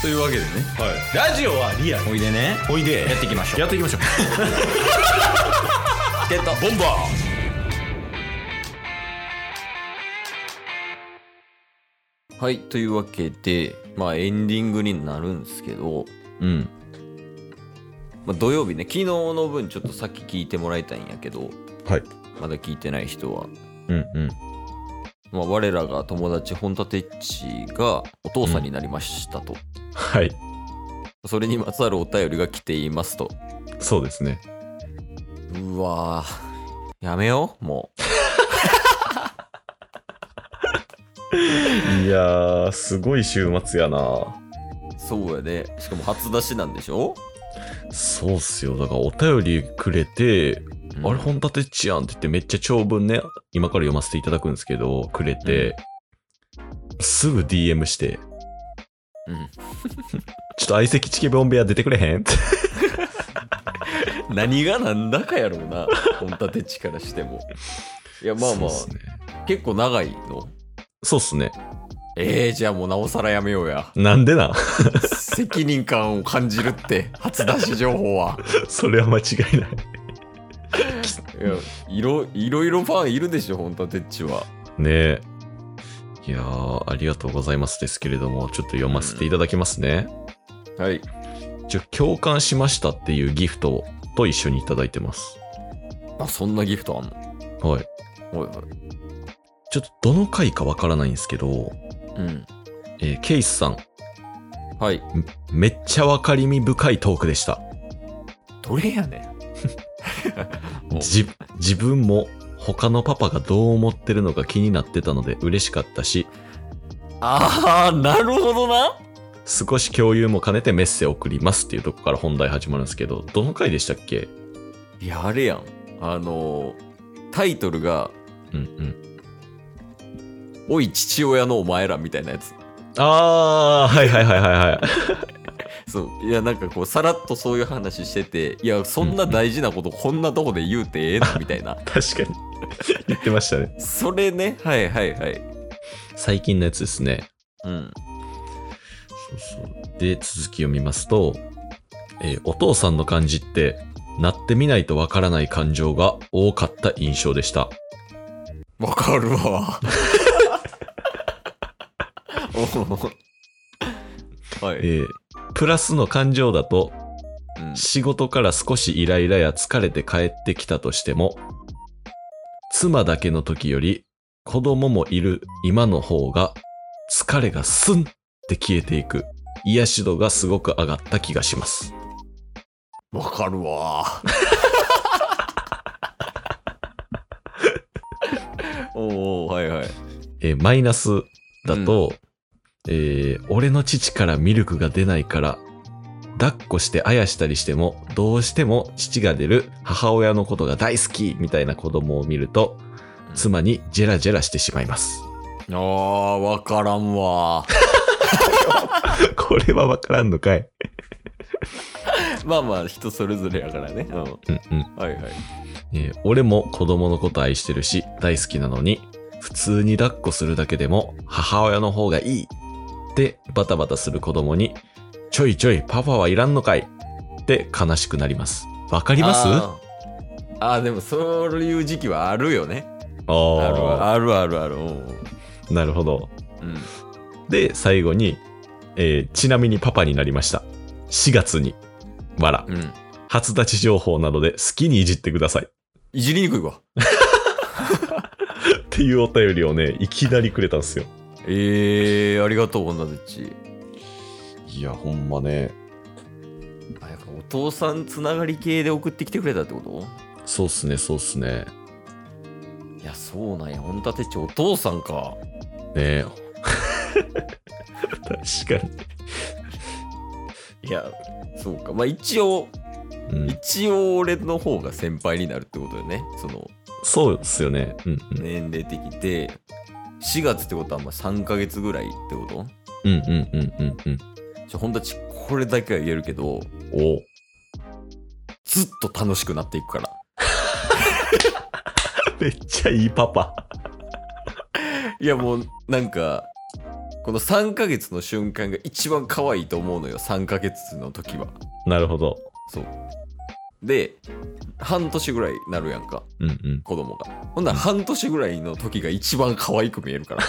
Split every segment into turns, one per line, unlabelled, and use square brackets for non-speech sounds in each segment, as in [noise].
というわけでね
はい、ラジオはリアル
おいでね
おいで
やっていきましょう
やっていきましょう
ゲット
ボンバ
はいというわけでまあエンディングになるんですけどうんまあ、土曜日ね昨日の分ちょっとさっき聞いてもらいたいんやけど
ーはい
まだ聞いてない人は
うんうん
まあ、我らが友達本立てっちがお父さんになりましたと、
はい
それにまつわるお便りが来ていますと
そうですね
うわーやめようも
いやーすごい週末やな
うそうやでしかも初出しなんでしょ、
そうっすよだからお便りくれて
うん
あれ、本立てっちやんって言って、めっちゃ長文ね、今から読ませていただくんですけど、くれて、すぐ DM して、
う
ちょっと相席チケボンベア出てくれへんって。
ん、何がなんだかやろうな本立てっちからしてもいやまあまあ、
そうっすね。
結構長いの
そうっすね。
えー、じゃあもうなおさらやめよう
[laughs]
や
なんでな
責任感を感じるって初出し情報は
それは間違いない。
いやいろいろいろファンいるでしょ本立てっちは
ねえ。いやー、ありがとうございますですけれども、ちょっと読ませていただきますね。
はい
ちょ、共感しましたっていうギフトと一緒にいただいてます。
あそんなギフトあんの
はい。
おい
ちょっとどの回かわからないんですけど、
おいうん
えーケイスさん、
はい
めっちゃわかりみ深いトークでした。
どれやねんお
じ自分も他のパパがどう思ってるのか気になってたので嬉しかったし
ああなるほどな
少し共有も兼ねてメッセ送りますっていうとこから本題始まるんですけどどの回でしたっけ
いやあれやんあのータイトルが
うんうん
「おい父親のお前ら」みたいなやつ
ああはいはいはいはいはい [laughs]
そういやなんかこうさらっとそういう話してていやそんな大事なことこんなとこで言うてええのみたいな
確かに言ってましたね
それねはいはいはい
最近のやつですね
うん
そうそうで続き読みますと、えーお父さんの感じってなってみないとわからない感情が多かった印象でした
わかるわおはい、
えープラスの感情だと
うん
仕事から少しイライラや疲れて帰ってきたとしても、妻だけの時より子供もいる今の方が疲れがスンって消えていく癒し度がすごく上がった気がします。
わかるわ。おおはいはい。
えーマイナスだと、えー俺の父からミルクが出ないから、抱っこしてあやしたりしても、どうしても父が出る母親のことが大好きみたいな子供を見ると、妻にジェラジェラしてしまいます。
ああ、わからんわ。
[laughs] これはわからんのかい。
[laughs] まあまあ、人それぞれやからね。うん。
うんうん。
はいはい。
えー俺も子供のこと愛してるし、大好きなのに、普通に抱っこするだけでも母親の方がいいってバタバタする子供に、ちょいちょいパパはいらんのかいって悲しくなります。わかります
あーあー、でもそういう時期はあるよね。ある
あ
あるあるある。うん
ーなるほど。
うん。
で、最後に、えーちなみにパパになりました。4月に。わら。
うん。
初立ち情報などで好きにいじってください。
いじりにくいわ。
っていうお便りをね、いきなりくれたんですよ。
ええー、ありがとう、女たち。
いや、ほんまね。
あ、やっぱお父さんつながり系で送ってきてくれたってこと
そうっすね、そうっすね。
いや、そうなんや。本立てっちお父さんか。
ねえ。確か
いや、そうか。まあ一応、
に、うん。
一応俺の方が先輩になるってことよねその
そうっすよね。うん、
年齢的で4月ってことはまあ3ヶ月ぐらいってこと
うん、うん、うん、うん、うん、うん。
じゃ本田ちこれだけは言えるけど
[laughs] お
ずっと楽しくなっていくから
めっちゃいいパパ。
いやもうなんかこの3ヶ月の瞬間が一番可愛いと思うのよ3ヶ月の時は
なるほど。
そうで半年ぐらいなるやんか
うんうん。
子供がほんなら半年ぐらいの時が一番可愛く見えるから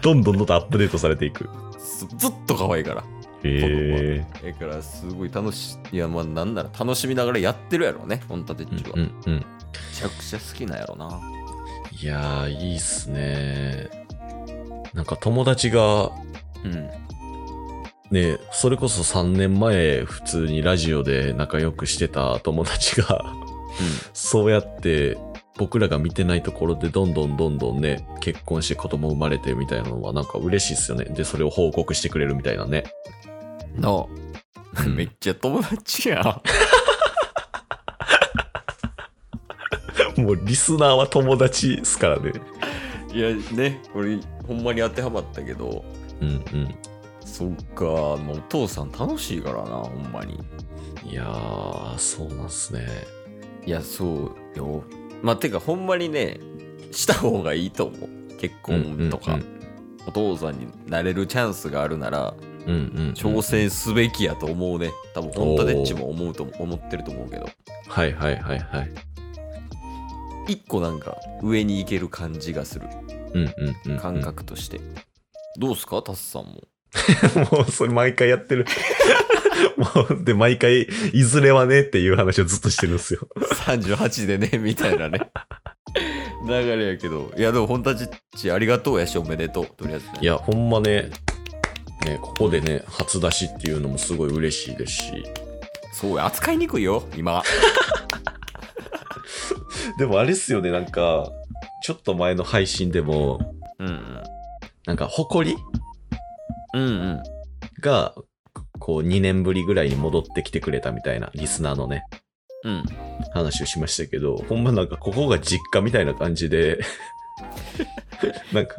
どんどんどんどんアップデートされていく。
ずずっと可愛いから
へえ。
だからすごい楽しいやまあなんなら楽しみながらやってるやろねホンタテッチは、
うんうんうん。
めちゃくちゃ好きなんやろない
やー、いいっすね。なんか友達が、
うん
ね、それこそ3年前、普通にラジオで仲良くしてた友達が、そうやって、僕らが見てないところでどんどんどんどんね、結婚して子供生まれてみたいなのはなんか嬉しいっすよね。で、それを報告してくれるみたいなね。
の [laughs] めっちゃ友達や [laughs] ん
もうリスナーは友達っすからね。
いやねこれほんまに当てはまったけど
うん
そっかもうお父さん楽しいからなほんまに
うん。いやー、そうなんすね。
いやそうよまあてかほんまにねした方がいいと思う結婚とか、
うん
お父さんになれるチャンスがあるなら
うんうん。
挑戦すべきやと思うね多分ホンタデッチも思うと思ってると思うけど
はいはいはいはい。
一個なんか上に行ける感じがする
うんうんうん、うん。
感覚として、どうすかタスさんも
[laughs] もうそれ毎回やってる。 [laughs] もう、で、毎回、いずれはねっていう話をずっとしてるんですよ。
38で [laughs] ねみたいなね流れやけどいやでもホンタデッチありがとうやしおめでとうとりあえずね、
いや、ほんまね、ね、ここでね、初出しっていうのもすごい嬉しいですし。
そうや扱いにくいよ今
でもあれっすよね、なんか、ちょっと前の配信でも、
うん
なんか、誇り
うんうんうん
が、こう、2年ぶりぐらいに戻ってきてくれたみたいな、リスナーのね、
うん
話をしましたけど、ほんまなんか、ここが実家みたいな感じで、 [laughs] なんか、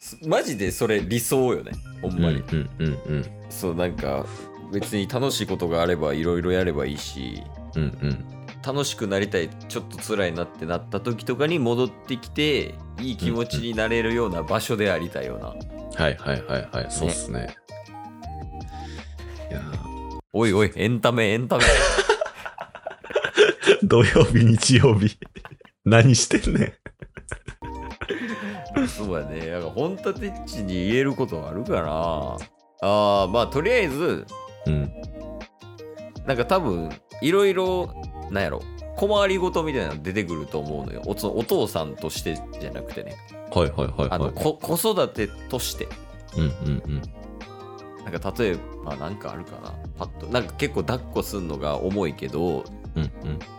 すマジでそれ理想よねほんまに、
うんうんうん
そうなんか別に楽しいことがあればいろいろやればいいし
うんうんうん
楽しくなりたいちょっと辛いなってなった時とかに戻ってきていい気持ちになれるような場所でありたいような、
はいはいはいはい、そうっすね。いやー
おいおいエンタメエンタメ
土曜日、日曜日、 [laughs] 何してんねん。
そうやねなんか本立てっちに言えることあるかなあーまあとりあえず
うん、
なんか多分いろいろなんやろ小回りごとみたいなの出てくると思うのよおそのお父さんとしてじゃなくてね
はいはいは
あ
いは
の
い。
こ子育てとして
うんうんうん。
なんか例えばなんかあるかなパッとなんか結構抱っこすんのが重いけど
うんう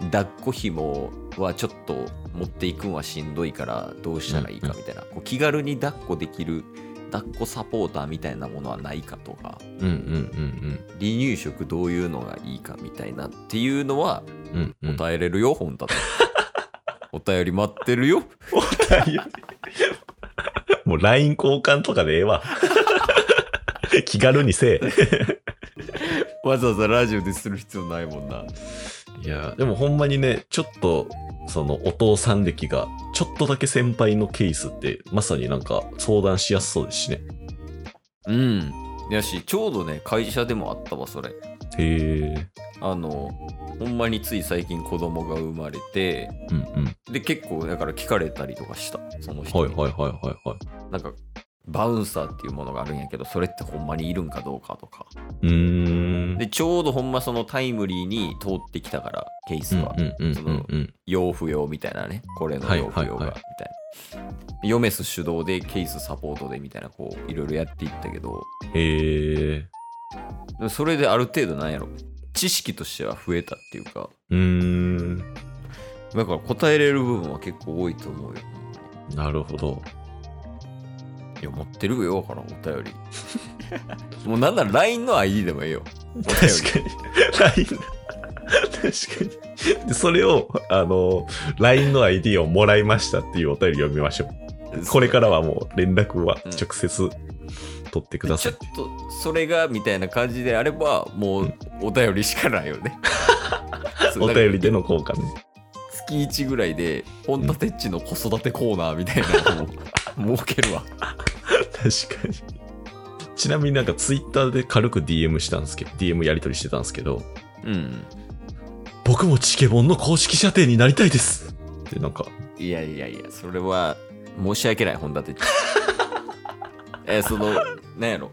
ん。
抱っこ紐はちょっと持っていくんはしんどいからどうしたらいいかみたいな、こう気軽に抱っこできる抱っこサポーターみたいなものはないかとか
うんうん
離乳食どういうのがいいかみたいなっていうのは
うんうん。うんうん。
答えれるよ、ほ [laughs] ん、本当お便り待ってるよ
[laughs] もう LINE 交換とかでええわ。 [laughs] 気軽にせえ。
わざわざラジオでする必要ないもんない
やー、でもほんまにね、ちょっと、そのお父さん歴が、ちょっとだけ先輩のケースって、まさになんか相談しやすそうですしね。
うんやしちょうどね会社でもあったわそれ
へえ。
あのほんまについ最近子供が生まれて
うんうん。
で結構だから聞かれたりとかしたその人
はい
に
はいはいはいはい。
なんかバウンサーっていうものがあるんやけどそれってほんまにいるんかどうかとか
うーん。
でちょうどほんまそのタイムリーに通ってきたからケースは、
うんうんうんうんうん。
洋不要みたいなねこれの
はい
洋不要がみたいな、
はいはい
ヨメス主導でケースサポートでみたいなこういろいろやっていったけど
へえ。
それである程度なんやろ知識としては増えたっていうか
うーん。
だから答えれる部分は結構多いと思うよ
なるほど。
いや持ってるよからお便り
[laughs]
もうなんなら LINE の ID でもいいよ
確かに。LINE。確かに。で、それを、あの、LINE の ID をもらいましたっていうお便り読みましょう。これからはもう連絡は
うん
直接取ってく
で
だ
ちょ
さい
っ。とそれがみたいな感じであれ
[laughs]
ばもうお便りしかないよね
お便りで
の
の交換ね。
好月1ぐらいで本田てっちの子育てコーナーみたいなのを設けるわ
確かに。ちなみになんかツイッターで軽く DM したんですけど、DM やり取りしてたんですけど、
うん
僕もチケボンの公式射程になりたいですってなんか、
いやいやいやそれは申し訳ない本田てっち [laughs] えそのなんやろ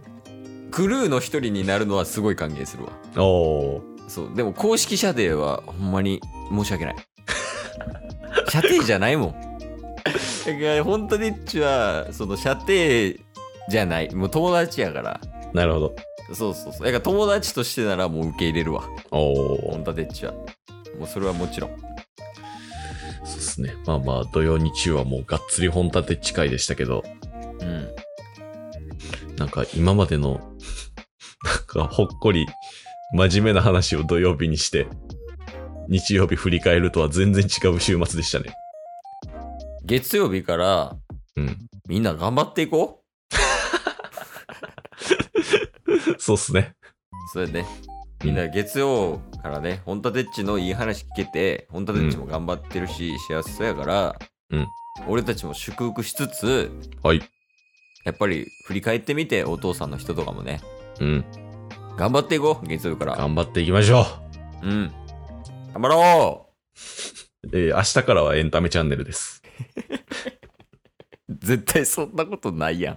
クルーの一人になるのはすごい歓迎するわ
おー
そうでも公式射程はほんまに申し訳 [laughs] ない射程じゃないもんだから本当にっちはその射程じゃないもう友達やから
なるほど。
そうそうそうだから友達としてならもう受け入れるわ
お
本
ー
田てっちはもうそれはもちろん
そうですね。まあまあ、土曜日中はもうがっつり本立て近いでしたけど、
うん
なんか今までの、 [laughs] なんかほっこり、真面目な話を土曜日にして、日曜日振り返るとは全然違う週末でしたね。
月曜日から
うん。 [laughs]
みんな頑張っていこ
そうっすね。
うそれねみんな月曜からね、本田てっちのいい話聞けて、本田てっちも頑張ってるし、幸せそうやから、
うん
俺たちも祝福しつつ、
はい。
やっぱり振り返ってみて、お父さんの人とかもね、
うん。
頑張っていこう、月曜日から。
頑張っていきましょ
うん。頑張ろ
う。えー明日からはエンタメチャンネルです。
う絶対そんなことない
[laughs]
やん。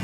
す